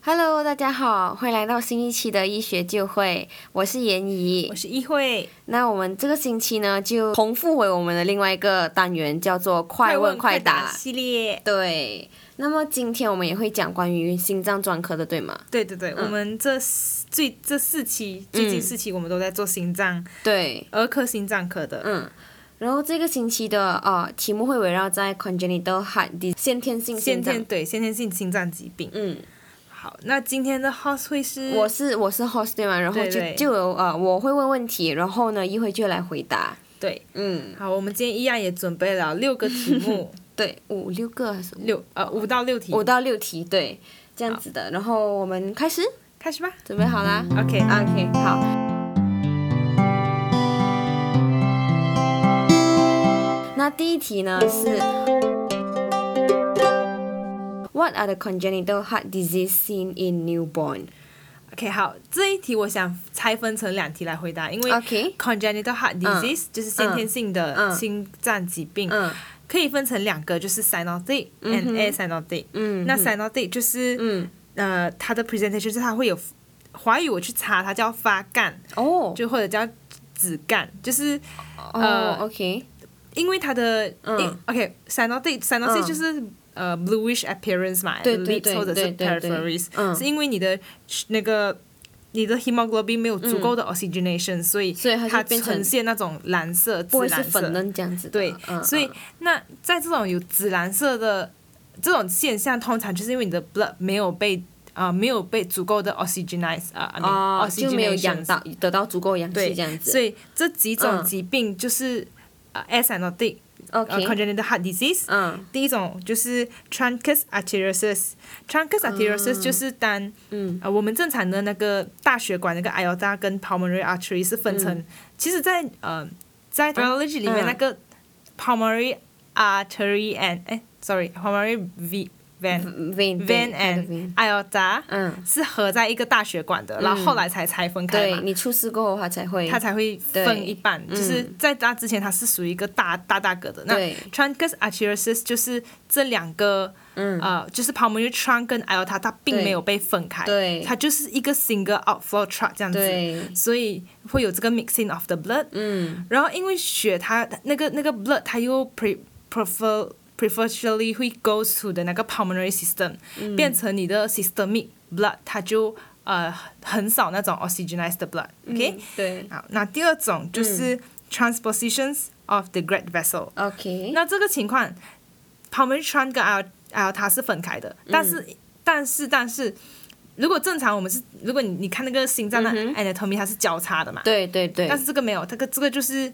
Hello，大家好，欢迎来到新一期的医学就会，我是妍怡我。是议会，那我们这个星期呢，就重复回我们的另外一个单元，叫做快问快答。系列。对，那么今天我们也会讲关于心脏专科的，对吗？对对嗯对，我们这四最这四期，最近四期我们都在做心脏、对，儿科心脏科的。嗯。然后这个星期的呃题目会围绕在 congenital heart disease 先天性先心脏天。对先天性心脏疾病。嗯，好，那今天的 host 会是我是我是 host 对吗？然后对就对就有呃我会问问题，然后呢一会就来回答。对，嗯，好，我们今天一 E 样也准备了六个题 目，对，五六个还是五六呃五到六题，五到六题，对，这样子的。然后我们开始，开始吧。准备好啦 OK，啊？OK，好。那第一题呢是，What are the congenital heart disease seen in newborn？ OK，好，这一题我想拆分成两题来回答，因为 OK congenital heart disease、就是先天性嗯的嗯心脏疾病，嗯可以分成两个，就是 cyanotic 嗯 and 哼 asynodic。嗯那 cyanotic 就是、嗯呃，它的 presentation 就是它会有华语我去查，它叫发干，哦就或者叫子干，就是哦呃，OK，因为它的、嗯因 OK cyanotic cyanotic 嗯就是。呃、b l u e i s h appearance 嘛对对对，lips 或者对是对对 peripheries，嗯是因为你的那个你的 hemoglobin 没有足够的 oxygenation，、所以嗯所以它就它变成呈现那种蓝色、不紫会蓝是色，粉嫩这样子的，对，嗯所以那在这种有紫蓝色的这种现象，通常就是因为你的 blood 没有被啊、呃没有被足够的 oxygenize 啊、呃 I mean 啊就没有氧 oxygenation 到得到足够氧对气这样子，所以这几种嗯疾病就是呃 asthmatic 呃 OK， congenital heart disease，嗯第一种就是 truncus arteriosus，truncus arteriosus 就是当嗯呃我们正常的那个大血管那个 aorta 跟 pulmonary artery 是分成，其实在呃在 biology 里面嗯那个 pulmonary artery and 哎 sorry pulmonary v vein 嗯，vein vein vein and aorta 嗯，是合在一个大血管的，然后后来才拆分开对嘛。你出事过后，它才会，它才会分一半，对就是嗯在它之前，它是属于一个大大大个的。那对 truncus arteriosus 就是这两个，嗯呃，就是 pulmonary trunk 跟 aorta，它并对没有被分开，对它就是一个 single outflow tract 这样子，对，所以会有这个 mixing of the blood。嗯然后因为血它那个那个 blood 它又 pre prefer preferentially 会 goes to 的那个 pulmonary system，、变嗯成你的 systemic blood，它就呃很少那种 oxygenized blood，OK、嗯对好，那第二种就是 transpositions of the great vessel。 ，OK，那这个情况，旁边穿跟 L L 它是分开的，但是、但是但是，如果正常我们是，如果你你看那个心脏的 anatomy 它是交叉的嘛，对对对但，是这个没有，这个这个就是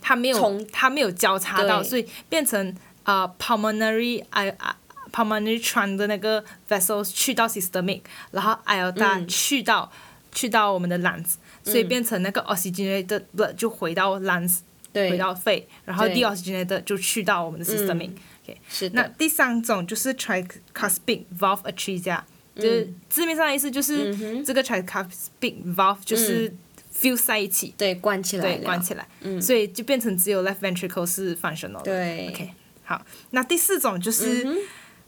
它没有重它没有交叉到，对所以变成呃 pulmonary I 啊 pulmonary trunk 的那个 vessels 去到 systemic，然后嗯 aorta 去到、去到我们的 lungs，所以变成那个 oxygenated blood 就回到 lungs 回对，到肺，然后对嗯 deoxygenated 就去到我们的 systemic。OK，是那的，第三种就是 tricuspid valve atresia，、就是嗯字面上的意思就是这个 tricuspid valve 就是嗯 fuse 在一起，对，关起来对，了，嗯关起来，所以就变成只有 left ventricle 是 functional 的。对嗯 OK，好，那第四种就是、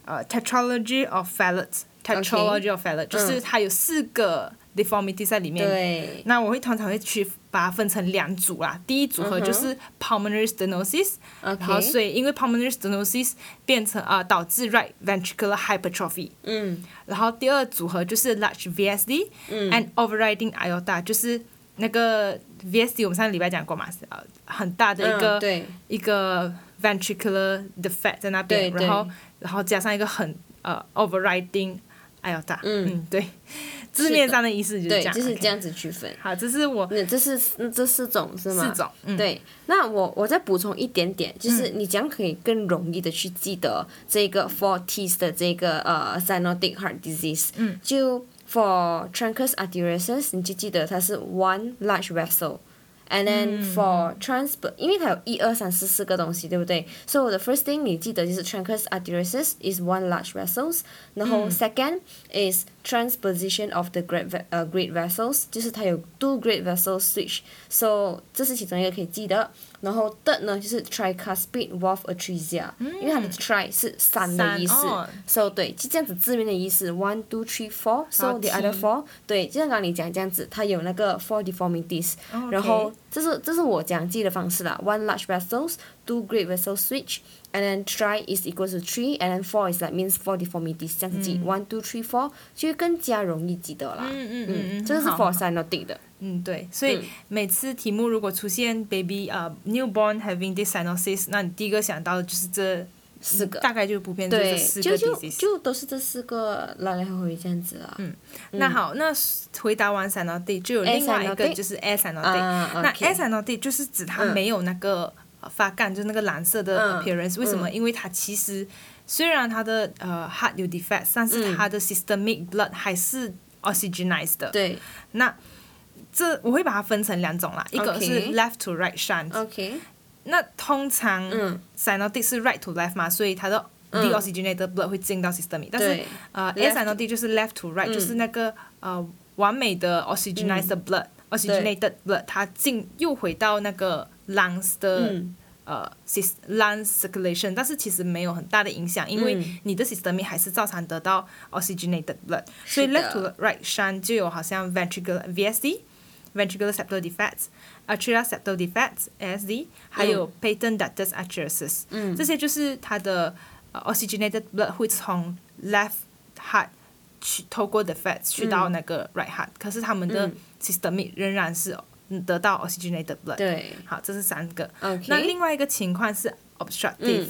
呃 tetralogy of Fallot。tetralogy of Fallot 就是它有四个 deformity 在里面，嗯对，那我会通常会去把它分成两组啦。第一组合就是 pulmonary stenosis，、嗯 OK 然后所以因为 pulmonary stenosis 变成啊、呃导致 right ventricular hypertrophy，嗯然后第二组合就是 large VSD、and overriding aorta，就是那个 VSD 我们上个礼拜讲过嘛，是呃很大的一个、嗯对一个 ventricular defect 在那对边，对然后然后加上一个很呃 overriding aorta，嗯对，字面上的意思就是这对，样，就是这 OK 样子区分。好，这是我那这是嗯这四种是吗？四种嗯对，那我我再补充一点点，就是你这样可以更容易的去记得这个 four T's 的这个呃 cyanotic heart disease。嗯。就 for truncus arteriosus，你就记得它是 one large vessel。And then 嗯 for transport，、因为它有一二三四四个东西，对不对？So the first 嗯 thing 你记得就是 truncus arteriosus is one large vessels，然后 second is transposition of the great ve- 呃 great vessels，就是它有 two great vessels switch，so 这是其中一个可以记得。然后 third 呢就是 tricuspid valve atresia，、因为它的 tri 是三的意思三哦，so 对，就这样子字面的意思。One two three 然 four，so 后 the other T four，对，就像刚刚你讲这样子，它有那个 four deformities，、哦然后 OK 这是这是我讲记的方式啦。One large vessels, two great vessels switch, and then try is equal to three, and then four is like means four deformities 这样子记。One, two, three, four 就会更加容易记得啦。嗯嗯嗯嗯嗯这个是很好 for synodic 的。嗯，对，所以每次题目如果出现 baby 呃、newborn having this cyanosis，那你第一个想到的就是这四个大概就普遍就对这，四就个就 disease。就都是这四个来来回回这样子啦。嗯，那好，那回答完 cyanotic 就有另外一个 Cyanotic 就是 a cyanotic，、啊那 OK a cyanotic 就是指它没有那个呃发干，就是那个蓝色的嗯 appearance、为什么？因为它其实虽然它的呃 heart 有 defect，但是它的 systemic blood 还是 oxygenized 的。嗯对那这我会把它分成两种啦，一个 OK 嗯是 left to right shunt，、 ，OK，那通常嗯 cyanotic 是 right to left 嘛，所以它的嗯 deoxygenated blood 会进到 systemic，但是对呃 Left 嗯 a cyanotic 就是 left to right，、就是那个呃完美的 oxygenized blood、oxygenated blood 它进又回到那个 lungs 的、嗯呃 sys lungs circulation，但是其实没有很大的影响，因为嗯你的 systemic 还是照常得到 oxygenated blood，所是以的 left to right shunt 就有好像 ventricular VSD。ventricular septal defects、atrial septal defects (ASD)，还有哎 patent ductus arteriosus，、这嗯些就是它的、呃 oxygenated blood 会从 left heart 去透过 defects 去嗯到那个 right heart，、可是他们的 systemic 仍然是嗯得到 oxygenated blood。对好，这是三个。 ，OK，那另外一个情况是 obstructive，obstructive、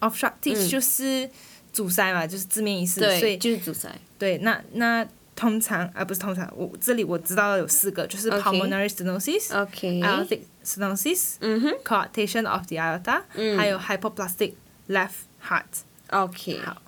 obstructive 嗯就是阻塞嘛，就是字面意思，所以对，就是阻塞。对，那那通常啊，不是通常，我这里我知道的有四个，就是 OK pulmonary stenosis、 OK， aortic stenosis、嗯哼 coarctation of the aorta，嗯还有 hypoplastic left heart。 ，OK，好，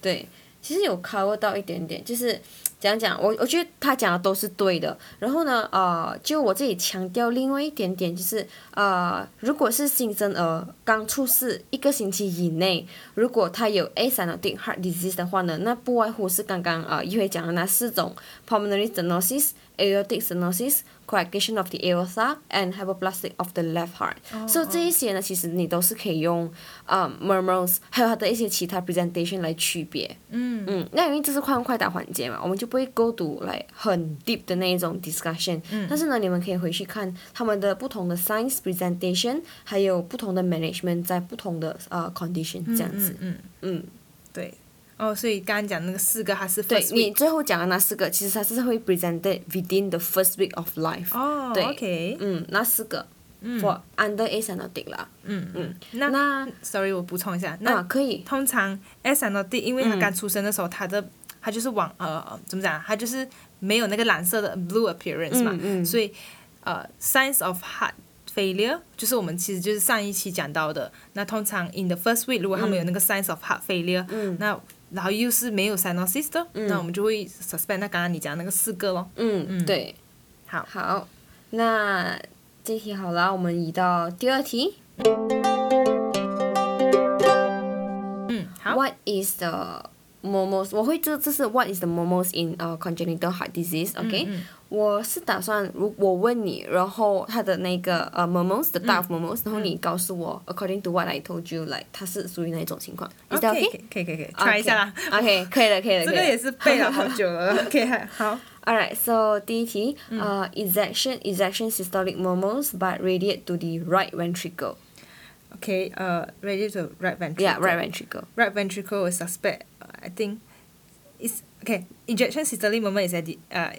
对，其实有 cover 到一点点，就是讲讲我，我觉得他讲的都是对的。然后呢，呃，就我这里强调另外一点点，就是呃，如果是新生儿刚出世一个星期以内，如果他有 a s y n o t i c heart disease 的话呢，那不外乎是刚刚呃一辉讲的那四种 pulmonary stenosis、aortic stenosis。coagulation of the aorta and hypoplastic of the left heart，所以、so, Oh, 这一些呢，其实你都是可以用呃 murmurs，还有它的一些其他 presentation 来区别。嗯嗯，那因为这是快问快答环节嘛，我们就不会 go to 来很 deep 的那一种 discussion。嗯。但是呢，你们可以回去看他们的不同的 science presentation，还有不同的 management 在不同的呃 condition 这样子。嗯，嗯，对。哦，所以刚刚讲那个四个，它是 first 对 week 你最后讲的那四个，其实它是会 presented within the first week of life。哦对，OK，嗯，那四个。for under a synodic 啦。嗯嗯。那那 sorry，我补充一下，那啊，可以。通常 S N D，因为他刚出生的时候，他的他就是往呃怎么讲啊，他就是没有那个蓝色的 blue appearance 嘛，嗯嗯所以呃 signs of heart failure 就是我们其实就是上一期讲到的。那通常 in the first week，如果他们有那个 signs of heart failure，、那然后又是没有 cyanosis 的，那我们就会 suspend 那刚刚你讲的那个四个咯。嗯，对。好，好，那这题好了，我们移到第二题。嗯，好 What is the momos？我会这这是 What is the momos in 呃、congenital heart 嗯 disease？OK，、我是打算如我问你，然后它的那个呃 momos the type of 嗯 momos，、然后你告诉我、according to what I told you like 它是属于哪一种情况？Is that OK，啊 OK？可以可以可以，try 一下啦。 OK，可以了，可以了。 这可个以了也是背了好久 了。OK，好。 Alright, so 第一题，呃、e x a c t i o n ejection systolic momos but radiate to the right ventricle. OK，呃、r e a d y to right ventricle。 Yeah, right ventricle. right ventricle is suspect. uh, I think it's okay. Injection systolic moment is at the uh,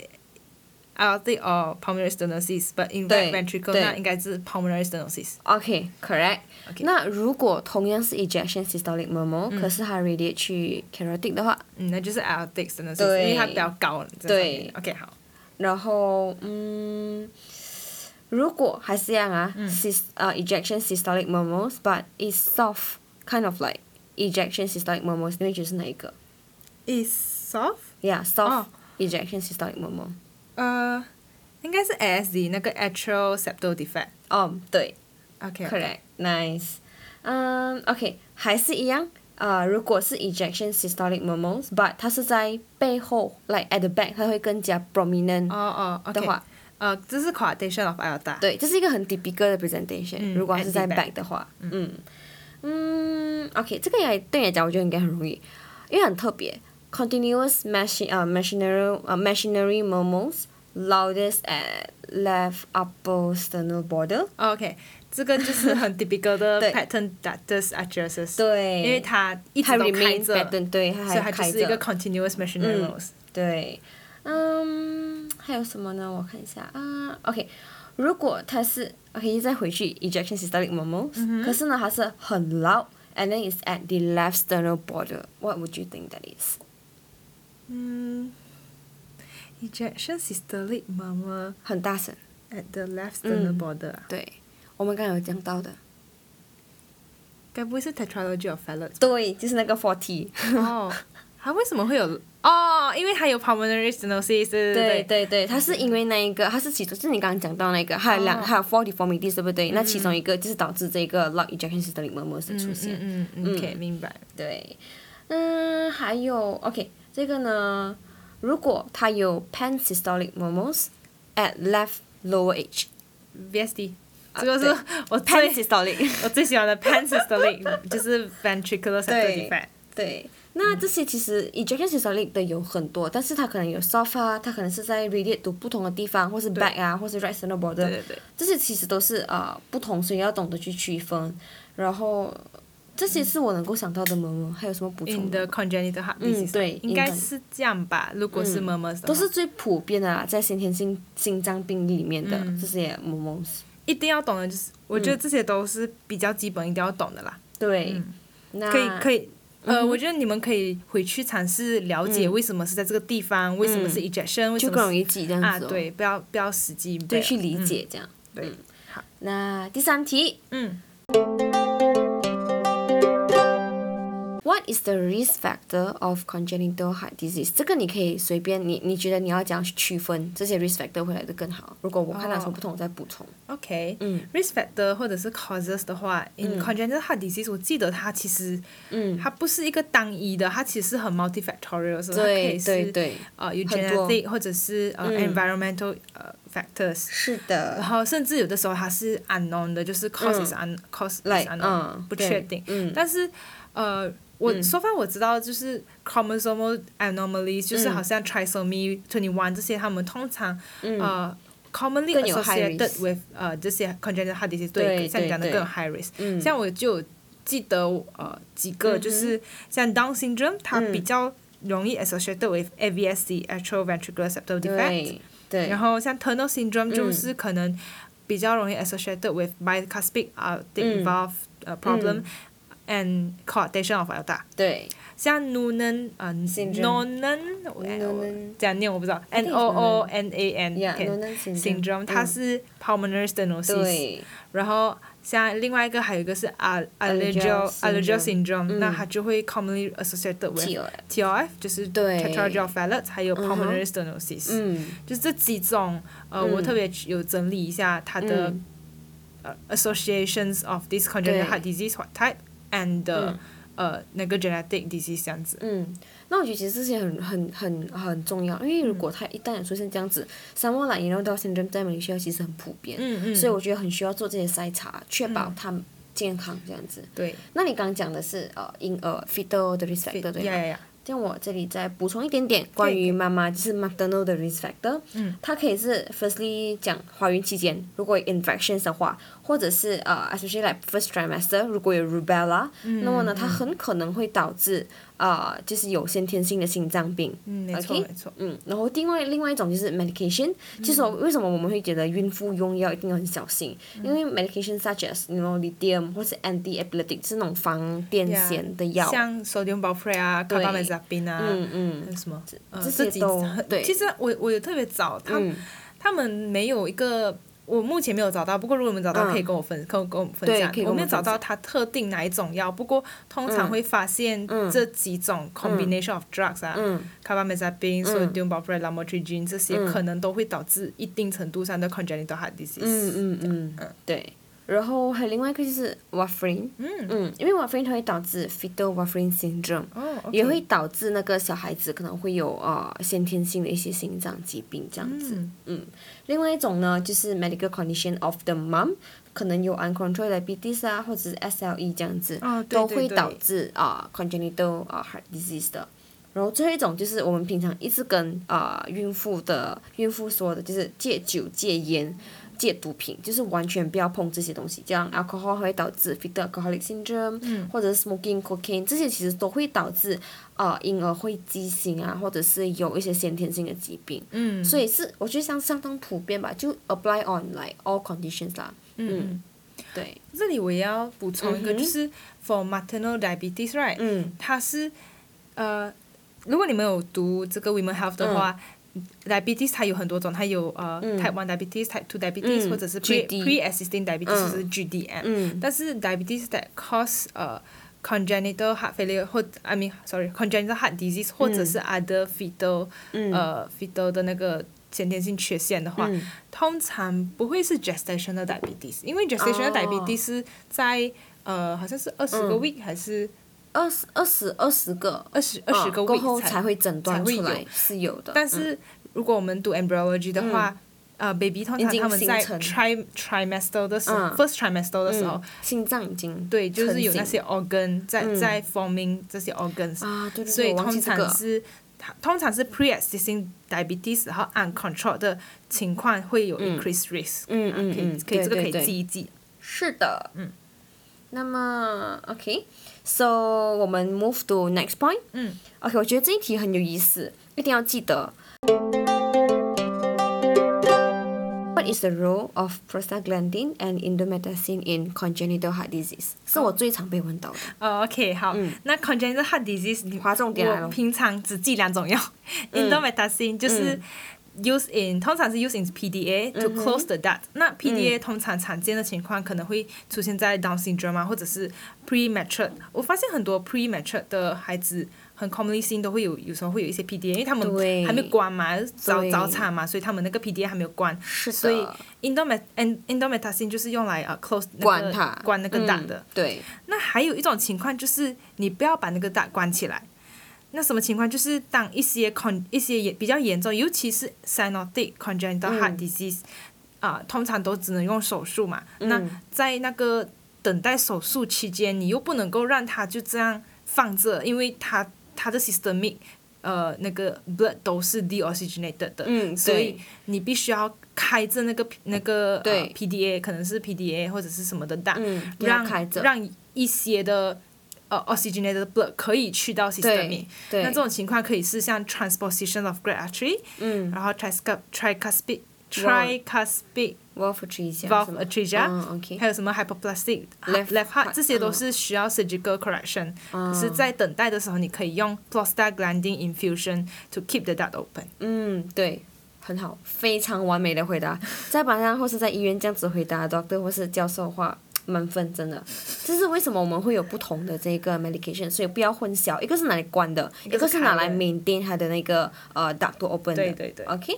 aortic or pulmonary stenosis, but in right 对， ventricle 对。那应该是 pulmonary stenosis. OK, correct. OK 那如果同样是 ejection systolic murmur，、可是它 radiate 去 carotid 的话，Mm, 嗯，那就是 aortic stenosis，对。因为它比较高。对。 OK，好。嗯，然后嗯，如果还是一样啊、s y s 呃、ejection systolic murmurs，but is soft kind of like ejection systolic murmurs，你会觉得是哪一个 Is soft? ？Yeah, soft、哦 ejection systolic murmur。呃，应该是 ASD 那个 atrial septal defect。哦、对 OK， ，correct, nice. 嗯、o k Um, 还是一样呃，如果是 ejection systolic murmurs，but 它是在背后，like at the back，它会更加 prominent 哦哦，OK，的话，呃，这是 quotation of iota。对，这是一个很 typical 的 presentation、嗯如果它 at 是 the 在 back back 的话，嗯嗯 o k 这个也对你来讲，我觉得应该很容易，因为很特别。Continuous machine 呃 machinery 呃 machinery murmurs loudest at left upper sternal border。 OK，这 Oh, 个就 是很 typical 的对 pattern that does addresses。对，因为它一直它都开 remains 着， pattern，对，它所以它还就开是一个着。 continuous machinery 嗯 rules。对，嗯，还有什么呢？我看一下啊，OK，如果它是 OK，再回去 ejection systolic murmurs，、可嗯是呢，它是很 loud，and then it's at the left sternal border。What would you think that is？嗯，ejection systolic murmur 很大声， at the left sternal 嗯 border 啊，对，我们刚刚有讲到的，该不会是 tetralogy of Fallot？对，就是那个 forty， 哦，它为什么会有？哦，因为它有 pulmonary stenosis，对对对对。对对，它是因为那一个，它是其中，就是你刚刚讲到那个，还有两，哦嗯还有 forty formities，对不对？那其中一个就是导致这个 loud ejection systolic murmurs 的出现。嗯嗯嗯，OK，明白。对，嗯，还有 OK，这个呢，如果它有 pansystolic murmurs at left lower edge。 VSD，啊这个对是 我最 pansystolic，我最喜欢的 pansystolic，就是 ventricular septal 对 defect。对，那这些其实 ejection systolic 的有很多，但是它可能有 soft 啊，它可能是在 radiate to 不同的地方，或是 back 啊，或是 right sternal 对 border，对对。这些其实都是啊、呃不同，所以要懂得去区分。然后这些是我能够想到的 murmur，还有什么补充 in 的 the 吗？ congenital heart 嗯 disease，、对应该 in the- 是这样吧。如果是 murmurs，、都是最普遍的啊啦，在先天性心脏病里面的、嗯这些 murmurs。一定要懂的，就是我觉得这些都是比较基本，一定要懂的啦。对，嗯那可以可以，以，嗯呃，我觉得你们可以回去尝试了解为什么是在这个地方，为什么是 ejection，为嗯什就么更是容易记这样啊，子、哦对，不要不要死记硬背对，了去理解这样。对嗯好，那第三题嗯，What is the risk factor of congenital heart disease？这个你可以随便，你你觉得你要怎样去区分这些 risk factor 会来的更好？如果我看到有什么不同，我再补哦充。 ，OK，嗯 risk factor 或者是 causes 的话，in congenital heart disease，我记得它其实嗯，它不是一个单一的，它其实是很 multifactorial，是吧？它可以对是对对，呃多 eugenetic 或者是呃、嗯 environmental 呃 factors，是然的，后甚至有的时候它是 unknown 的，就是 cause is un、cause is 嗯 Like， unknown，、嗯不对确定。嗯但是呃，我说法我知道，就是 chromosomal anomalies，就是嗯好像 trisomy twenty one 这些，他们通常、呃嗯 commonly 更有 high associated risk with 呃这些 congenital heart disease，对像你对讲的对更有 high risk。嗯，像我就有记得呃几嗯个，哼就是像 Down syndrome，它嗯比较容易 associated with AVSD atrial ventricular septal defect，对对，嗯然后后像 Turner syndrome 就是可能比较容易 associated with bicuspid aortic 嗯 valve 呃 problem。and coartation of aorta，对像 Noonan 呃 Syndrome Noonan 我我 Noonan 这样念我不知道 I think N it's O O N A N ，Yeah， OK， n o n syndrome， syndrome，它嗯是 pulmonary stenosis，对然后像另外一个还有一个是 al allergic Allergic allergic syndrome syndrome，嗯那它就会 commonly associated with ，T O， TOF，就是 t 对 e t r a g i o f a l l o t 还有嗯哼 pulmonary stenosis，嗯就是这几种，呃，嗯我特别有整理一下它的嗯呃 associations of this 对 congenital heart disease what type and the 呃那个 genetic disease 这样子。嗯，那我觉得其实这些很很很很重要，因为如果他一旦有出现这样子，沙漠懒炎 d 性症在马来西亚其实很普遍，嗯嗯，所以我觉得很需要做这些筛查，确保他健康这样子。对，那你刚刚讲的是呃婴儿 fetal 的 risk factor 对呀吗？呀呀，像我这里再补充一点点关于妈妈就是 maternal 的 risk factor，嗯它可以是 firstly 讲怀孕期间如果有 infections 的话，或者是呃 especially like first trimester 如果有 rubella，、那嗯么呢它很可能会导致呃就是有先天性的心脏病。嗯，没错嗯 OK 没错，嗯，然后另外另外一种就是 medication，就是说为什么我们会觉得孕妇用药一定要很小心？嗯因为 medication such as you know lithium 或是 anti-epileptic 是那种防癫痫的药。像 sodium valproate 啊对，carbamazepine 啊，嗯嗯还有什么？呃这这些几都对其实我我有特别找他，嗯，他们没有一个，我目前没有找到。不过如果你们找到，嗯可以跟我分，跟我跟我们分享对可以。跟我我们没有找到分享它特定哪一种药，不过通常嗯会发现嗯这几种 combination of drugs 啊嗯，carbamazepine、sodium valproate、lamotrigine 这些嗯可能都会导致一定程度上的 congenital heart disease。嗯嗯嗯嗯，对。然后还有另外一个就是 warfarin，嗯嗯，因为 warfarin 它会导致 fetal warfarin syndrome，哦，OK 也会导致那个小孩子可能会有呃先天性的一些心脏疾病这样子。嗯嗯，另外一种呢就是 medical condition of the mom，可能有 uncontrolled diabetes 啊，或者是 SLE 这样子，哦对都对会对导致啊、congenital 啊、heart disease 的。然后最后一种就是我们平常一直跟啊、孕妇的孕妇说的，就是戒酒、戒烟、戒毒品，就是完全不要碰这些东西。这样 alcohol 会导致 fetal alcoholic syndrome，、或嗯者是 smoking cocaine 这些其实都会导致啊、婴儿会畸形啊，或者是有一些先天性的疾病。嗯所以是我觉得相相当普遍吧，就 apply on like all conditions 啦。嗯嗯，对，这里我也要补充一个，嗯哼就是 for maternal diabetes right，、嗯它是呃，如果你们有读这个 women health 的话。diabetes 它有很多种，它有呃、嗯 type one diabetes、type two diabetes，、嗯或者是 pre GD pre existing diabetes，、嗯就是 GDM、嗯但是 diabetes that cause 呃 congenital heart failure 或 I mean sorry congenital heart disease 或者是 other fetal、嗯呃 fetal 的那个先天性缺陷的话，嗯通常不会是 gestational diabetes，因为 gestational 哦 diabetes 是在、呃好像是二十个嗯 week、还是二十二十二十个二十二十个嗯过 week 后才,、才会诊断出才会来嗯有是有的，但是如果我们读 embryology 的话，呃，baby 通嗯已常经他们在形成 tri trimester 的时候、嗯 first trimester 的嗯时候，嗯心脏已经对，就是有那成型些 organ 在、嗯在 forming 这些 organs，、啊，对对对，所以我忘通记这个常是、它通常是 pre-existing diabetes 然后 uncontrolled 的情况会有 increased risk，、嗯嗯可以嗯，可以对这个可对以对记一记。是的，嗯。那么，OK，so、我们 move to next point。嗯，OK，我觉得这一题很有意思，一定要记得。What is the role of prostaglandin and indomethacin in congenital heart disease？是我最常被问到的。呃 OK，好，那 congenital heart disease 你嗯划重点来我咯嗯平常只记两种药、i n d o m e t a c i n 就是。Use in 通常是 use in PDA to 嗯 close the duct、那 PDA 通常常见的情况可能会出现在 Down syndrome 啊，或者是 premature。我发现很多 premature 的孩子很 commonly seen 都会有，有时候会有一些 PDA，因为他们对还没关嘛，早对早产嘛，所以他们那个 PDA 还没有关。是的所以 indomet and indometacin 就是用来呃 close 那个关它，关那个嗯 duct 的。对，那还有一种情况就是，你不要把那个大关起来。那什么情况？就是当一些 con 一些严比较严重，尤其是 cyanotic congenital heart 嗯 disease，啊、通常都只能用手术嘛。嗯那在那个等待手术期间，你又不能够让它就这样放着，因为它它的 systemic 呃那个 blood 都是 deoxygenated 的，嗯所以对你必须要开着那个那个呃对 PDA，可能是 PDA 或者是什么的大，嗯给它让开着让一些的呃 oxygenated blood 可以去到 systemic 对。对那这种情况可以是像 transposition of great artery，嗯然后 triscup tricuspid Valve tricuspid w o l f t r e e 一下 valve atresia，、嗯，OK 还有什么 hypoplastic Left left heart， heart，这些都是需要 surgical correction、嗯可是在等待的时候，你可以用 prostaglandin infusion to keep the duct open。嗯，对，很好，非常完美的回答。在班上或是在医院这样子回答 doctor 或是教授的话，满分真的。这是为什么我们会有不同的这个 medication，所以不要混淆，一个是拿来关的，一个是个是拿来开的 maintain 它的那个呃 doctor open 的。对对对 OK，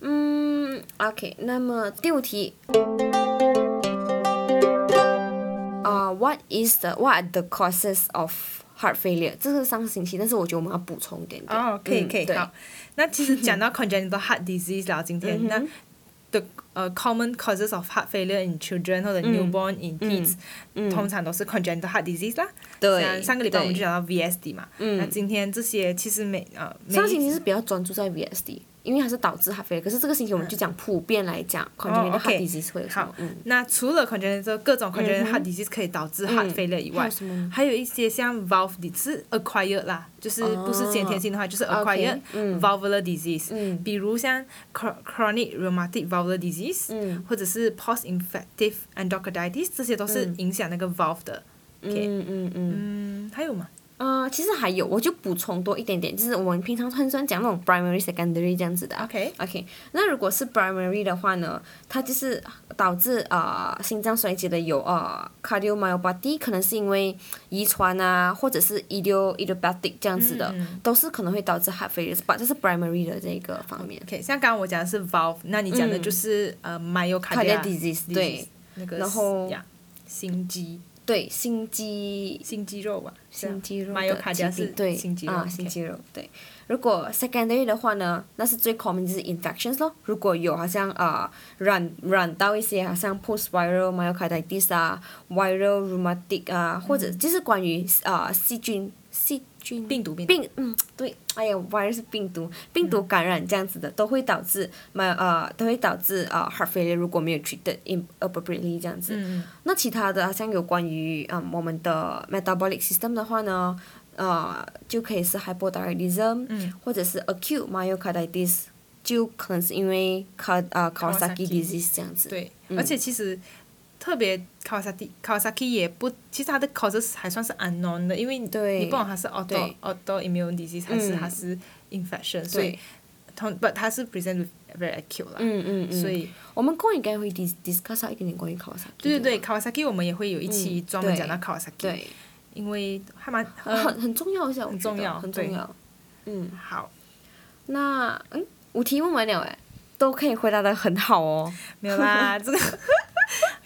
嗯，OK，那么第五题。啊、w h a t is the what are the causes of heart failure？这是上星期，但是我觉得我们要补充一点点。哦，可以嗯可以，对好。那其实讲到 congenital heart disease 了，今嗯天、那 the 呃、common causes of heart failure in children 或嗯者 newborn in kids，、通常都是 congenital heart disease 啦。对像上个礼拜我们对嗯就讲到 VSD 嘛，那今天这些其实每呃每上个星期是比较专注在 VSD，因为它是导致 heart failure。可是这个星期我们就讲普遍来讲，congenital heart 哦 OK disease 会有什好么？嗯，那除了 congenital 各种 congenital heart disease 可以导致 heart 嗯 failure 以外还有什么呢，还有一些像 valve disease 是 acquired 啦，就是不是先天性的话，就是 acquired 哦 OK，嗯 valvular disease，嗯比如像 chro- chronic rheumatic valvular disease，嗯或者是 post infective endocarditis，这些都是影响那个 valve 的。OK，嗯嗯嗯。嗯，还有吗？呃，其实还有，我就补充多一点点，就是我们平常很喜欢讲那种 primary、secondary 这样子的啊。 OK OK，那如果是 primary 的话呢，它就是导致呃心脏衰竭的有呃 cardiomyopathy，可能是因为遗传啊，或者是 idio idiopathic 这样子的，嗯都是可能会导致 heart failure，but 这是 primary 的这个方面。 OK，像刚刚我讲的是 valve，那你讲的就是、呃 myocardial cardiac 嗯 disease，对。那个然后呀心肌对心肌心肌肉吧，是啊心肌肉的 Myocardial 疾病是对心肌肉啊， ，OK 心肌肉对。如果 secondary 的话呢，那是最 common 就是 infections 咯。如果有好像啊、呃染染到一些好像 post viral myocarditis 啊，viral rheumatic 嗯啊，或者就是关于啊、呃细菌细菌病毒病毒病嗯对，哎呀，virus 是病毒病嗯毒感染这样子的，都会导致 my 呃都会导致啊、呃 heart failure 如果没有 treated in appropriately 这样子。嗯那其他的好像有关于嗯我们的 metabolic system 的话呢，呃，就可以是 hypothyroidism，、嗯或者是 acute myocarditis，就可能是因为 ka 呃 Kawasaki Kawasaki disease 这样子。对，嗯而且其实特别 Kawasaki Kawasaki 也不，其实它的 causes 还算是 unknown 的，因为你对你不管它是 auto 对 autoimmune disease 还是嗯它是 infection，所以对，同 but 它是 present with very acute 啦，嗯嗯嗯。所以我们过后应该会 dis discuss 到一点点关于 Kawasaki 的。对对对，Kawasaki 我们也会有一期嗯专门对讲到 Kawasaki，对，因为还蛮很呃很重要一下，我很觉重得要很重对要。 嗯，好，那嗯，我提问完了哎，都可以回答的很好哦。没有 啦，这个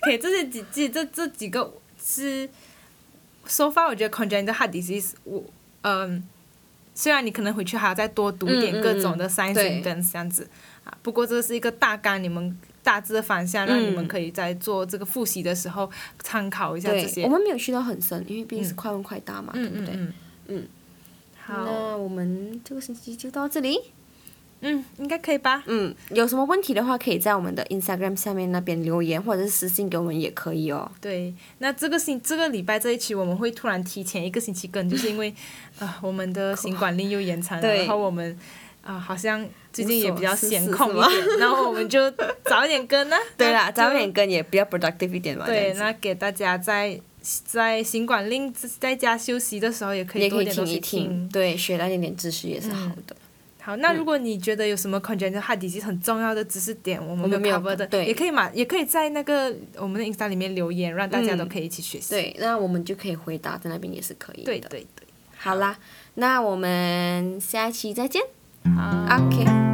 OK，这是几几这这几个是 so far 我觉得 congenital heart disease 我嗯，虽然你可能回去还要再多读一嗯点嗯各种的嗯 science 对 evidence 这样子啊，不过这是一个大纲，你们大致的方向，让你们嗯可以在做这个复习的时候参考一下这对，些我。们没有去到很深，因为毕竟是快问快答嘛，对嗯不嗯对？嗯嗯，好，那我们这个星期就到这里。嗯，应该可以吧？嗯，有什么问题的话，可以在我们的 Instagram 下面那边留言，或者是私信给我们也可以哦。对，那这个星这个礼拜这一期我们会突然提前一个星期更，就是因为啊、我们的行管令又延长了，对然后我们啊、好像最近也比较无所事事闲空一是吗点，然后我们就早一点更呢、 对那啦，就早点跟也比较 productive 一点嘛。这对，样子那给大家在在行管令在家休息的时候也可以也可多以一点东听西一听，嗯对，学到一点点知识也是好的。好，那如果你觉得有什么 congenital heart disease 很重要的知识点，我我们们没没有有 cover 的，对也可以嘛，也可以在那个我们的 Insta 里面留言，让大家都可以一起学嗯习。对，那我们就可以回答在那边也是可以的。对对对，好啦，那我们下一期再见。好。 OK，